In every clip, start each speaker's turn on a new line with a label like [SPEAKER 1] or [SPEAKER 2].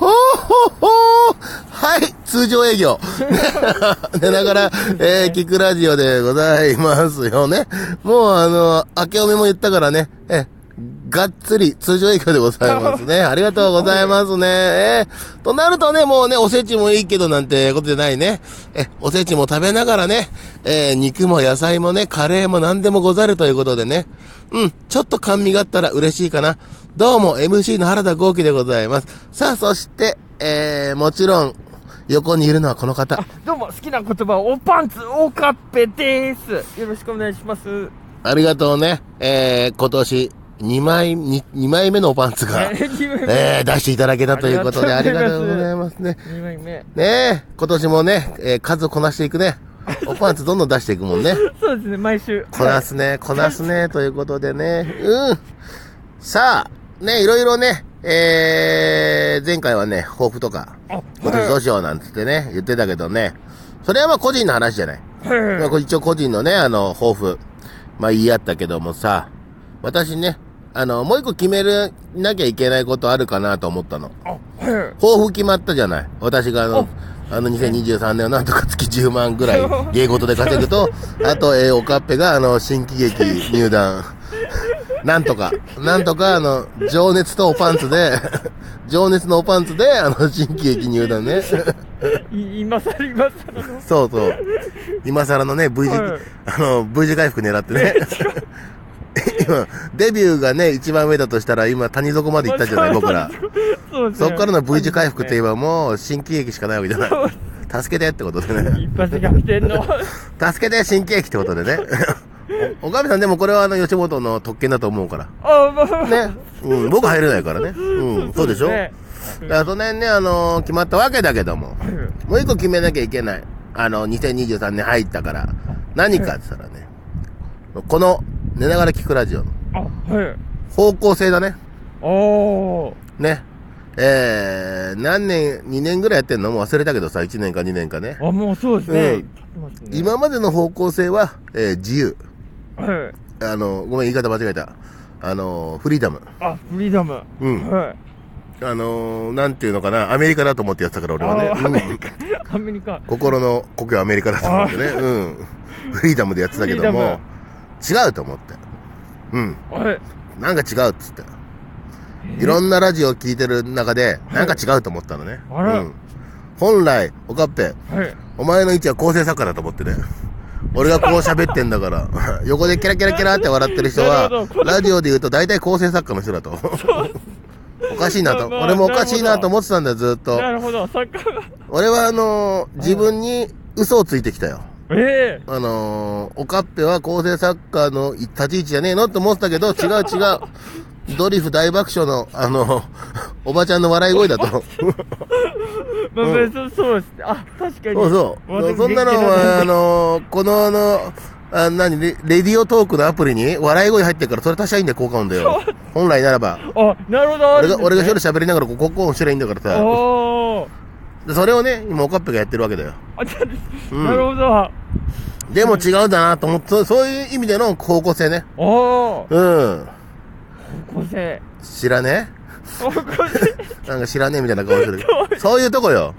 [SPEAKER 1] はい、通常営業。 ね、だから、えー、聞くラジオでございますよね。もう、あの、明けおめも言ったからね、え、がっつり通常営業でございますね。ありがとうございますね。えーとなるとね、もうね、おせちもいいけどなんてことじゃないね。え、おせちも食べながらね、えー肉も野菜もね、カレーも何でもござるということでね。うん、ちょっと甘味があったら嬉しいかな。どうも、MC の原田豪輝でございます。さあ、そして、えー、もちろん、横にいるのはこの方。
[SPEAKER 2] どうも好きな言葉はおパンツおかっぺですよろしくお願いします
[SPEAKER 1] ありがとうね。えー、今年、2枚、2, 枚目のおパンツ が、えー、出していただけたということで、あ
[SPEAKER 2] あ
[SPEAKER 1] り
[SPEAKER 2] り
[SPEAKER 1] が
[SPEAKER 2] が
[SPEAKER 1] と
[SPEAKER 2] と
[SPEAKER 1] う
[SPEAKER 2] う
[SPEAKER 1] ご
[SPEAKER 2] ご
[SPEAKER 1] ざ
[SPEAKER 2] ざ
[SPEAKER 1] いますね。
[SPEAKER 2] 2枚目
[SPEAKER 1] ねえ、今年もね、えー数をこなしていくね。おパンツどんどん出していくもんね。
[SPEAKER 2] そうですね毎週
[SPEAKER 1] こなすね、こなすね、ということでね。うん。さあ、ね、いろいろね、えー、前回はね、抱負とか、
[SPEAKER 2] あはい
[SPEAKER 1] 今年どうしようなんつってね、言ってたけどね。それはまあ個人の話じゃない。まあこれ一応個人のね、あの、抱負。まあ言い合ったけどもさ、私ね、あの、もう一個決める、なきゃいけないことあるかなと思ったの。
[SPEAKER 2] あはい
[SPEAKER 1] 抱負決まったじゃない。私があの、あの、2023年をなんとか月10万ぐらい芸事で稼ぐと、あと、えー、おかっぺが、あの、新喜劇入団。なんとか、なんとか、あの、情熱とおパンツで、 情熱のおパンツで、あの、新喜劇入団ね。
[SPEAKER 2] い今さら今さらの
[SPEAKER 1] そうそう。今更のね、V 字、
[SPEAKER 2] はい
[SPEAKER 1] あの、V 字回復狙ってね。 今、デビューがね、一番上だとしたら、今、谷底まで行ったじゃない、僕ら。
[SPEAKER 2] そうですね
[SPEAKER 1] そっからの V 字回復って言えばもう新喜劇しかないわけじゃない。助けてってことでね。
[SPEAKER 2] 一発逆転の
[SPEAKER 1] 助けて新喜劇ってことでね。おおかみさんでもこれはあの吉本の特権だと思うから。
[SPEAKER 2] あまあ
[SPEAKER 1] ね。うん、僕入れないからね。うん、そうでしょ。だからその辺ね、あのー決まったわけだけども。もう一個決めなきゃいけない。あの、2023年入ったから。何かって言ったらね、この寝ながら聞くラジオの
[SPEAKER 2] あはい
[SPEAKER 1] 方向性だね。
[SPEAKER 2] おお
[SPEAKER 1] ね。えー、何年、2年ぐらいやってんのもう忘れたけどさ、1年か2年かね。
[SPEAKER 2] ーあもうそうですね、
[SPEAKER 1] うん
[SPEAKER 2] 立ってますね
[SPEAKER 1] 今までの方向性は、えー自由。
[SPEAKER 2] はい
[SPEAKER 1] あの、ごめん、言い方間違えた。あの、フリーダム。
[SPEAKER 2] あフリーダム
[SPEAKER 1] うん
[SPEAKER 2] はい
[SPEAKER 1] あの、なんていうのかな、アメリカだと思ってやってたから、俺
[SPEAKER 2] あーア
[SPEAKER 1] は
[SPEAKER 2] メ
[SPEAKER 1] ね。うん
[SPEAKER 2] リカアメリカ
[SPEAKER 1] 心の故郷はアメリカだと思ってね。うん。フリーダムでやってたけども、違うと思って。うん。
[SPEAKER 2] はい
[SPEAKER 1] なんか違うっつって。いろんなラジオを聞いてる中で、なんか違うと思ったのね。
[SPEAKER 2] あら
[SPEAKER 1] うん。本来、おかっぺ、
[SPEAKER 2] はい
[SPEAKER 1] お前の位置は構成作家だと思ってね。俺がこう喋ってんだから、 横でキラキラキラって笑ってる人は
[SPEAKER 2] なるほど、
[SPEAKER 1] ラジオで言うと大体構成作家の人だと。 おかしいなと。
[SPEAKER 2] まあまあ
[SPEAKER 1] 俺もおかしいなと思ってたんだよ、ずっと。
[SPEAKER 2] なるほどサッカーが
[SPEAKER 1] 俺はあのー自分に嘘をついてきたよ。
[SPEAKER 2] ええ
[SPEAKER 1] あのーおかっぺは構成作家の立ち位置じゃねえのって思ってたけど、違う違 う。ドリフ大爆笑の、あの、おばちゃんの笑い声だと。
[SPEAKER 2] まあ
[SPEAKER 1] うん
[SPEAKER 2] 別にそうですね。あ、確かに。
[SPEAKER 1] そうそう。
[SPEAKER 2] 私
[SPEAKER 1] そんなの
[SPEAKER 2] 元気
[SPEAKER 1] は、あ
[SPEAKER 2] だ
[SPEAKER 1] の、この、あの、あ何レ、レディオトークのアプリに笑い声入ってるから、それ他社員で交換音だよ。本来ならば。
[SPEAKER 2] あ、なるほど。
[SPEAKER 1] 俺が、俺が一
[SPEAKER 2] あるんで
[SPEAKER 1] 人喋りながら、ここ、こう、しりゃいいんだから
[SPEAKER 2] すね
[SPEAKER 1] さ。
[SPEAKER 2] おー。
[SPEAKER 1] でそれをね、今、オカッペがやってるわけだよ。
[SPEAKER 2] あ、ちょっと
[SPEAKER 1] うん
[SPEAKER 2] なるほど。
[SPEAKER 1] でも違うんだなと思って、そうそういう意味での高校生ね。
[SPEAKER 2] おー。
[SPEAKER 1] うん。
[SPEAKER 2] 個性。
[SPEAKER 1] 知らね
[SPEAKER 2] お個性。
[SPEAKER 1] えなんか知らねえみたいな顔 してる。そういうとこよ。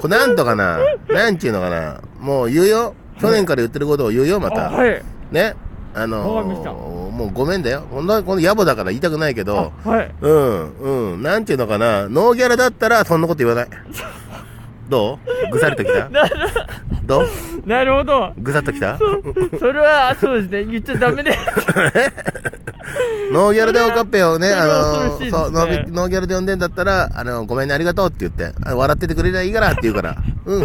[SPEAKER 1] これなんとかな。なんちゅうのかな。もう言うよ。去年から言ってることを言うよ、また。
[SPEAKER 2] あ、はい。
[SPEAKER 1] ね、あ
[SPEAKER 2] わ
[SPEAKER 1] の
[SPEAKER 2] かりました
[SPEAKER 1] もうごめんだよ。こんな、この野暮だから言いたくないけど、
[SPEAKER 2] あ、はい。
[SPEAKER 1] うん、うん、なんていうのかな、ノーギャラだったらそんなこと言わない。どうぐさりときた
[SPEAKER 2] な
[SPEAKER 1] どう
[SPEAKER 2] なるほど。
[SPEAKER 1] ぐさっときた
[SPEAKER 2] それは、そうですね。言っちゃダメです。
[SPEAKER 1] ノーギャラでオカッペをね、
[SPEAKER 2] それ
[SPEAKER 1] あ
[SPEAKER 2] は
[SPEAKER 1] の
[SPEAKER 2] それは
[SPEAKER 1] そうノ
[SPEAKER 2] 恐ろしいですね
[SPEAKER 1] ーギ、ノーギャラで呼んでんだったら、あの、ごめんね、ありがとうって言って、あ笑っててくれりゃいいからって言うから、うん、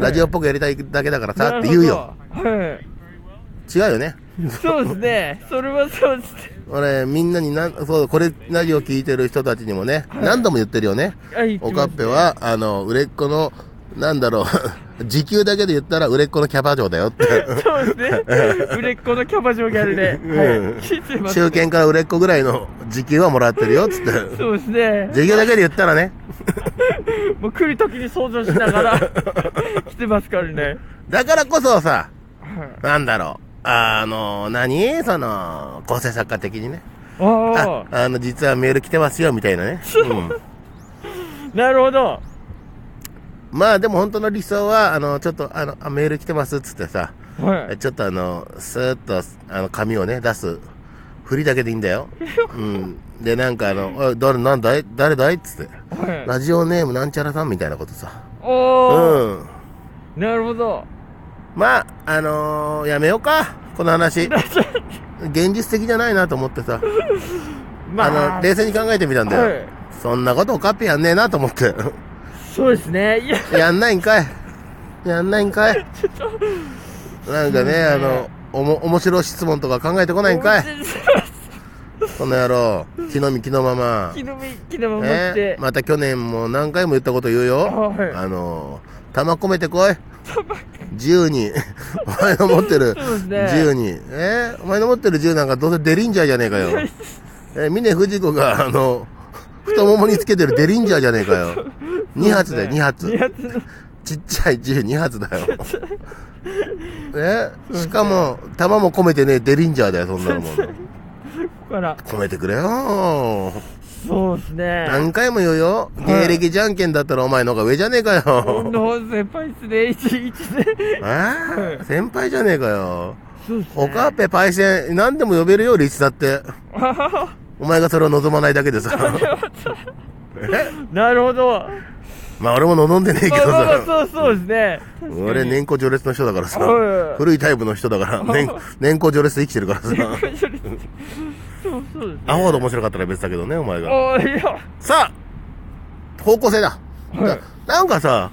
[SPEAKER 1] ラジオっぽくやりたいだけだから さって言うよ。
[SPEAKER 2] なるほど。はい。
[SPEAKER 1] 違うよね。
[SPEAKER 2] そうですね。それはそうですね。
[SPEAKER 1] 俺、みんなになん、そう、これ、ラジオ聞いてる人たちにもね、何度も言ってるよね。
[SPEAKER 2] はい。
[SPEAKER 1] おかっぺは、あの、売れっ子の、なんだろう、 時給だけで言ったら売れっ子のキャバ嬢だよ って。
[SPEAKER 2] そうですね。売れっ子のキャバ嬢ギャルで。
[SPEAKER 1] うん
[SPEAKER 2] はい。聞いてます。
[SPEAKER 1] 中堅から売れっ子ぐらいの時給はもらってるよ、つって。
[SPEAKER 2] そうですね。
[SPEAKER 1] 時給だけで言ったらね。
[SPEAKER 2] もう来るときに想像しな がら来てますからね。
[SPEAKER 1] だからこそさ、
[SPEAKER 2] はい
[SPEAKER 1] なんだろう、あの、何その、構成作家的にね。
[SPEAKER 2] お
[SPEAKER 1] あ
[SPEAKER 2] お、
[SPEAKER 1] あの、実はメール来てますよ、みたいな ね。うん。
[SPEAKER 2] なるほど。
[SPEAKER 1] まあでも本当の理想は、あの、ちょっと、あの、あメール来てますっつってさ、
[SPEAKER 2] はい。
[SPEAKER 1] ちょっとあの、スーッと、あの、紙をね、出す。振りだけでいいんだ よ。うん。で、なんかあの、おい誰、なんだい誰だいっつって。
[SPEAKER 2] は
[SPEAKER 1] ラジオネームなんちゃらさんみたいなことさ
[SPEAKER 2] い。。おお、
[SPEAKER 1] うん。
[SPEAKER 2] なるほど。
[SPEAKER 1] まあ、あのーやめようか。この 話。現実的じゃないなと思ってさ。
[SPEAKER 2] ま
[SPEAKER 1] あ
[SPEAKER 2] あ、
[SPEAKER 1] の、冷静に考えてみたんだよ。
[SPEAKER 2] はい。
[SPEAKER 1] そんなことおかっぺやんねえなと思って。
[SPEAKER 2] そうですね。いや、
[SPEAKER 1] やんないんかい。やんないんか い。なんかね、あの、おも、面白い質問とか考えてこないんかい。この野郎。気の身気のまま。
[SPEAKER 2] 気の身、気のままっ
[SPEAKER 1] ね
[SPEAKER 2] て、。
[SPEAKER 1] また去年も何回も言ったこと言うよ
[SPEAKER 2] はい。
[SPEAKER 1] あの、玉込めてこい。銃に。 お前の持ってる
[SPEAKER 2] そうですね
[SPEAKER 1] 銃に。えーお前の持ってる銃なんかどうせデリンジャーじゃねえかよ。えー、峰不二子が、あの、太ももにつけてるデリンジャーじゃねえかよ。2発だよ、2発。
[SPEAKER 2] 二発の。
[SPEAKER 1] ちっちゃい銃2発だ よ。えしかも、弾も込めてねえデリンジャーだよ、そんなのもん。
[SPEAKER 2] ここから。
[SPEAKER 1] 込めてくれよ。
[SPEAKER 2] そうですね。
[SPEAKER 1] 何回も言うよ。
[SPEAKER 2] い
[SPEAKER 1] 芸歴じゃんけんだったらお前の方が上じゃねえか
[SPEAKER 2] ほ
[SPEAKER 1] よ。
[SPEAKER 2] んの先輩っすね。一、一ね。
[SPEAKER 1] えー先輩じゃねえかよ。
[SPEAKER 2] そうですね。
[SPEAKER 1] おかっぺパイセン、何でも呼べるよ、リチだって。お前がそれを望まないだけで さ。え
[SPEAKER 2] なるほど。
[SPEAKER 1] まあ俺も望んでねえけど
[SPEAKER 2] まあまあまあ、
[SPEAKER 1] さ。
[SPEAKER 2] そうそうで すね。
[SPEAKER 1] 俺年功序列の人だからさ
[SPEAKER 2] は。い
[SPEAKER 1] 古いタイプの人だから、年年功序列で生きてるからさ。
[SPEAKER 2] そうそうですね。
[SPEAKER 1] アホほど面白かったら別だけどね、お前が。
[SPEAKER 2] おーいや。
[SPEAKER 1] さあ方向性だ、
[SPEAKER 2] はい
[SPEAKER 1] ななんかさ、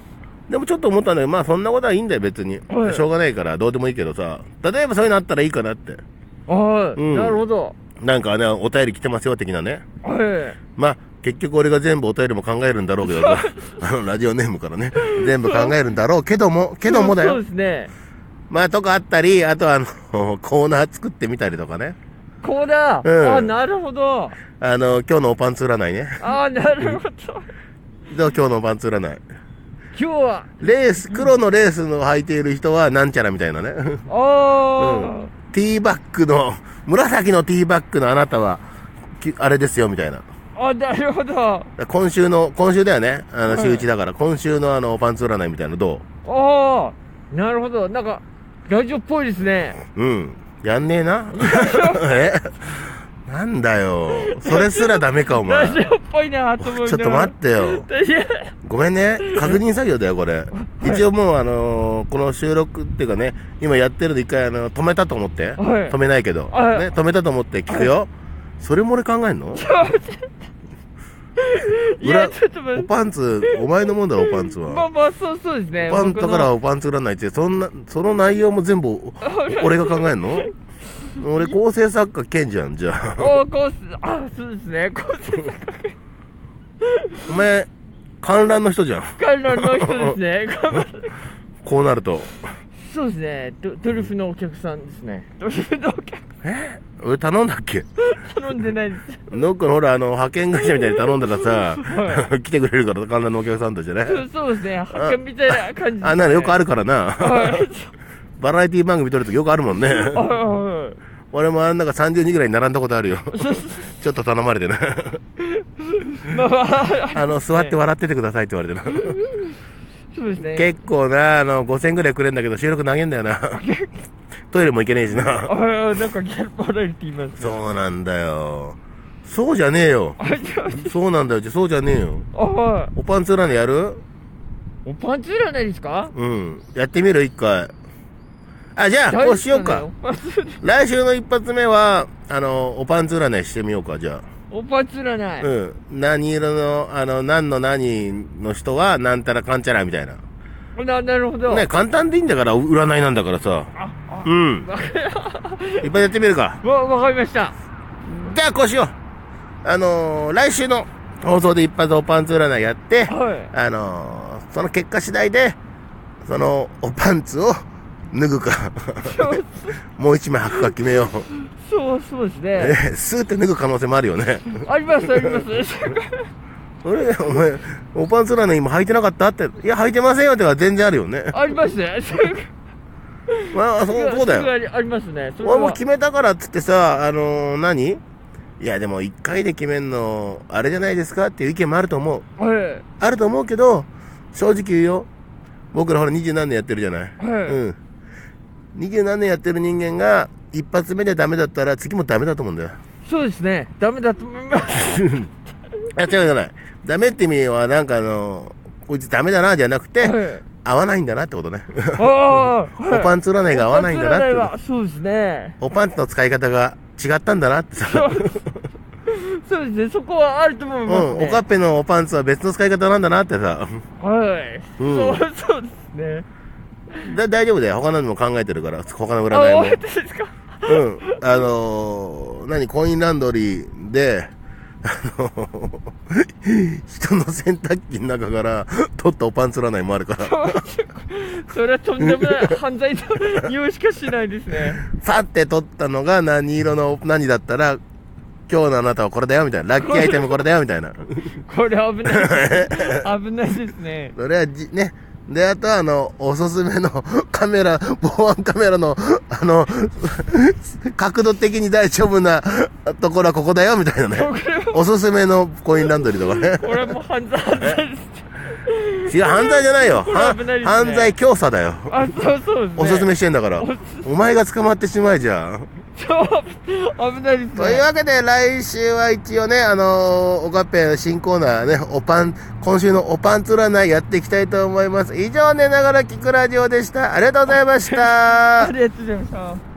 [SPEAKER 1] でもちょっと思ったんだけど、まあそんなことはいいんだよ別に。
[SPEAKER 2] はい
[SPEAKER 1] しょうがないからどうでもいいけどさ、例えばそういうのあったらいいかなって。
[SPEAKER 2] あ
[SPEAKER 1] うん
[SPEAKER 2] ーなるほど。
[SPEAKER 1] なんかね、お便り来てますよ的なね。
[SPEAKER 2] はい。
[SPEAKER 1] まあ、結局俺が全部お便りも考えるんだろうけど さ、あの、ラジオネームからね、全部考えるんだろうけども、けどもだ
[SPEAKER 2] そう
[SPEAKER 1] よ。
[SPEAKER 2] ですね。
[SPEAKER 1] まあ、とかあったり、あとはあの、コーナー作ってみたりとかね。
[SPEAKER 2] こうだ。
[SPEAKER 1] うん
[SPEAKER 2] あ、なるほど。
[SPEAKER 1] あの、今日のおパンツ占いね。
[SPEAKER 2] あー、なるほど。
[SPEAKER 1] どう今日のおパンツ占い。
[SPEAKER 2] 今日は、
[SPEAKER 1] レース、黒のレースの履いている人はなんちゃらみたいなね。
[SPEAKER 2] あ
[SPEAKER 1] ティーバッグの、紫のティーバッグのあなたは、きあれですよみたいな。
[SPEAKER 2] ー、あ、なるほど。あ
[SPEAKER 1] 今週の、今週だよね。あの、
[SPEAKER 2] はい
[SPEAKER 1] 週一だから、今週のあの、パンツ占いみたいなのど
[SPEAKER 2] あー、なるほど。なんか、ラジオっぽいですね。
[SPEAKER 1] ううん。やんねえな。えなんだよ。それすらダメか、お
[SPEAKER 2] ラ
[SPEAKER 1] 前。ち
[SPEAKER 2] ジオっぽいなと思い
[SPEAKER 1] ょ
[SPEAKER 2] ながら
[SPEAKER 1] っと待ってよ。
[SPEAKER 2] いや
[SPEAKER 1] ごめんね。確認作業だよ、これ。一応もう、あのーこの収録っていうかね、今やってるの一回、あの、止めたと思って。
[SPEAKER 2] はい
[SPEAKER 1] 止めないけど。ね、
[SPEAKER 2] はい
[SPEAKER 1] 止めたと思って聞くよ。それも俺考えんの
[SPEAKER 2] いや、
[SPEAKER 1] 裏
[SPEAKER 2] ちょっと待
[SPEAKER 1] お
[SPEAKER 2] って。
[SPEAKER 1] パンツ、お前のもんだろ、おパンツ
[SPEAKER 2] まあ
[SPEAKER 1] は。
[SPEAKER 2] まあ、そうそうですね。
[SPEAKER 1] おパンツだか
[SPEAKER 2] 僕
[SPEAKER 1] ら
[SPEAKER 2] の
[SPEAKER 1] おパンツ占いって、そんな、その内容も全部お、俺が考えんの俺、構成作家兼じゃん、じゃあ。
[SPEAKER 2] おー、コース、あ、そうですね。コース
[SPEAKER 1] お前、観覧の人じゃん。
[SPEAKER 2] 観覧の人ですね。
[SPEAKER 1] こうなると。
[SPEAKER 2] そうですね。ドドリフのお客さんで すね。ドリフのお客さ
[SPEAKER 1] え俺頼んだっけ
[SPEAKER 2] ん頼んでないです。
[SPEAKER 1] ノックのほら、あの、派遣会社みたいに頼んだらさ、来てくれるから、観覧のお客さんたちね。
[SPEAKER 2] そうそうですね。発見みたいな感じです、ね。
[SPEAKER 1] あんなのよくあ
[SPEAKER 2] る。
[SPEAKER 1] るからな。
[SPEAKER 2] はい。
[SPEAKER 1] バラエティ番組撮るとよくあるもんね。
[SPEAKER 2] あは
[SPEAKER 1] 俺もあん中30人ぐらいに並んだことあ るよ。ちょっと頼まれてな。
[SPEAKER 2] いまあまあ、
[SPEAKER 1] あの、座って笑っててくださいって言われてな。
[SPEAKER 2] そうですね。
[SPEAKER 1] 結構な、あの、5000ぐらいくれんだけど、収録投げんだよな。トイレも行けねえしな。
[SPEAKER 2] あなんかギャルバラエティーいますね。
[SPEAKER 1] そうなんだよ。そうじゃねえよ。
[SPEAKER 2] あ、じゃ
[SPEAKER 1] そうなんだよ、そうじゃねえよ。
[SPEAKER 2] あ、はい。
[SPEAKER 1] おパンツ占いやる
[SPEAKER 2] おパンチ占いですか
[SPEAKER 1] うん。やってみる一回。あ、じゃあ、こうしようか。。
[SPEAKER 2] 大丈夫ですね
[SPEAKER 1] 来週の一発目は、あの、おパンツ占いしてみようか、じゃあ。
[SPEAKER 2] おパンチ占い。
[SPEAKER 1] うん。何色の、あの、何の何の人は、なんたらかんちゃらみたいな。
[SPEAKER 2] な、なるほど。
[SPEAKER 1] ね、簡単でいいんだから、占いなんだからさ。
[SPEAKER 2] あ、
[SPEAKER 1] うん。いっぱいやってみるか。
[SPEAKER 2] あ、わ、わかりました。
[SPEAKER 1] じゃあこうしよう。あのー来週の放送で一発おパンツ占いやって、
[SPEAKER 2] はい。
[SPEAKER 1] あのーその結果次第で、その、おパンツを脱ぐか、
[SPEAKER 2] そう、
[SPEAKER 1] もう一枚履くか決めよう。
[SPEAKER 2] そう、そうですね。
[SPEAKER 1] え、スーって脱ぐ可能性もあるよね。
[SPEAKER 2] あります、あります。
[SPEAKER 1] 俺、お前、おパンツ占い今履いてなかったって、いや、履いてませんよっては全然あるよね。
[SPEAKER 2] ありますね。
[SPEAKER 1] まあ、そうそうだよ。
[SPEAKER 2] よ。ありますね。それ
[SPEAKER 1] 俺も
[SPEAKER 2] は
[SPEAKER 1] 決めたからっつってさ、あのー何いや、でも一回で決めんの、あれじゃないですかっていう意見もあると思う。
[SPEAKER 2] はい。
[SPEAKER 1] あると思うけど、正直言うよ。僕らほら二十何年やってるじゃない。
[SPEAKER 2] はい
[SPEAKER 1] うん。二十何年やってる人間が、一発目でダメだったら次もダメだと思うんだよ。
[SPEAKER 2] そうですね。ダメだと思います。
[SPEAKER 1] あ、違うじゃない。ダメって意味は、なんかあの、こいつダメだな、じゃなくて、
[SPEAKER 2] はい
[SPEAKER 1] 合わないんだなってことね。
[SPEAKER 2] ああ、
[SPEAKER 1] おパンツ占いが合わないんだなってこと。
[SPEAKER 2] て。そうですね。
[SPEAKER 1] おパンツの使い方が違ったんだなってさ。
[SPEAKER 2] そうですね。そこはあると思
[SPEAKER 1] う
[SPEAKER 2] い
[SPEAKER 1] ん
[SPEAKER 2] ます、ね。。
[SPEAKER 1] おかっぺのおパンツは別の使い方なんだなってさ。
[SPEAKER 2] はい。
[SPEAKER 1] うん
[SPEAKER 2] そう、そうですね。
[SPEAKER 1] だ大丈夫だよ。他ののも考えてるから、他の
[SPEAKER 2] あ、
[SPEAKER 1] 占
[SPEAKER 2] 終
[SPEAKER 1] い
[SPEAKER 2] わ
[SPEAKER 1] も
[SPEAKER 2] っ。たですか
[SPEAKER 1] うん。あのー、何、コインランドリーで、あのー 人の洗濯機の中から取ったおパンツ占いもあるから、
[SPEAKER 2] それはとんでもない犯罪の匂いしかしないですね。
[SPEAKER 1] さって取ったのが何色の何だったら、今日のあなたはこれだよみたいな、ラッキーアイテムこれだよみたいな。
[SPEAKER 2] これ危ない。 危ないですね。
[SPEAKER 1] それはじ、ね。で、あとは、あの、おすすめの カメラ、防犯カメラの、あの、角度的に大丈夫な ところはここだよ、みたいな
[SPEAKER 2] こ
[SPEAKER 1] ね。
[SPEAKER 2] れは、
[SPEAKER 1] おすすめのコインランドリーとかね。
[SPEAKER 2] これはもう犯罪、犯罪です。
[SPEAKER 1] 違う、犯罪じゃないよ。
[SPEAKER 2] これは
[SPEAKER 1] は
[SPEAKER 2] 危ないですね
[SPEAKER 1] 犯罪教唆だよ。
[SPEAKER 2] あ、そうそうですね。
[SPEAKER 1] おすすめしてんだから
[SPEAKER 2] おす。
[SPEAKER 1] お前が捕まってしまいじゃん。
[SPEAKER 2] そう、危ないですね。
[SPEAKER 1] というわけで、来週は一応ね、あのー、おかっぺの新コーナーね、おパン、今週のおパンツ占いやっていきたいと思います。以上、ねながら聞くラジオでした。ありがとうございました
[SPEAKER 2] あ。りがとうございました。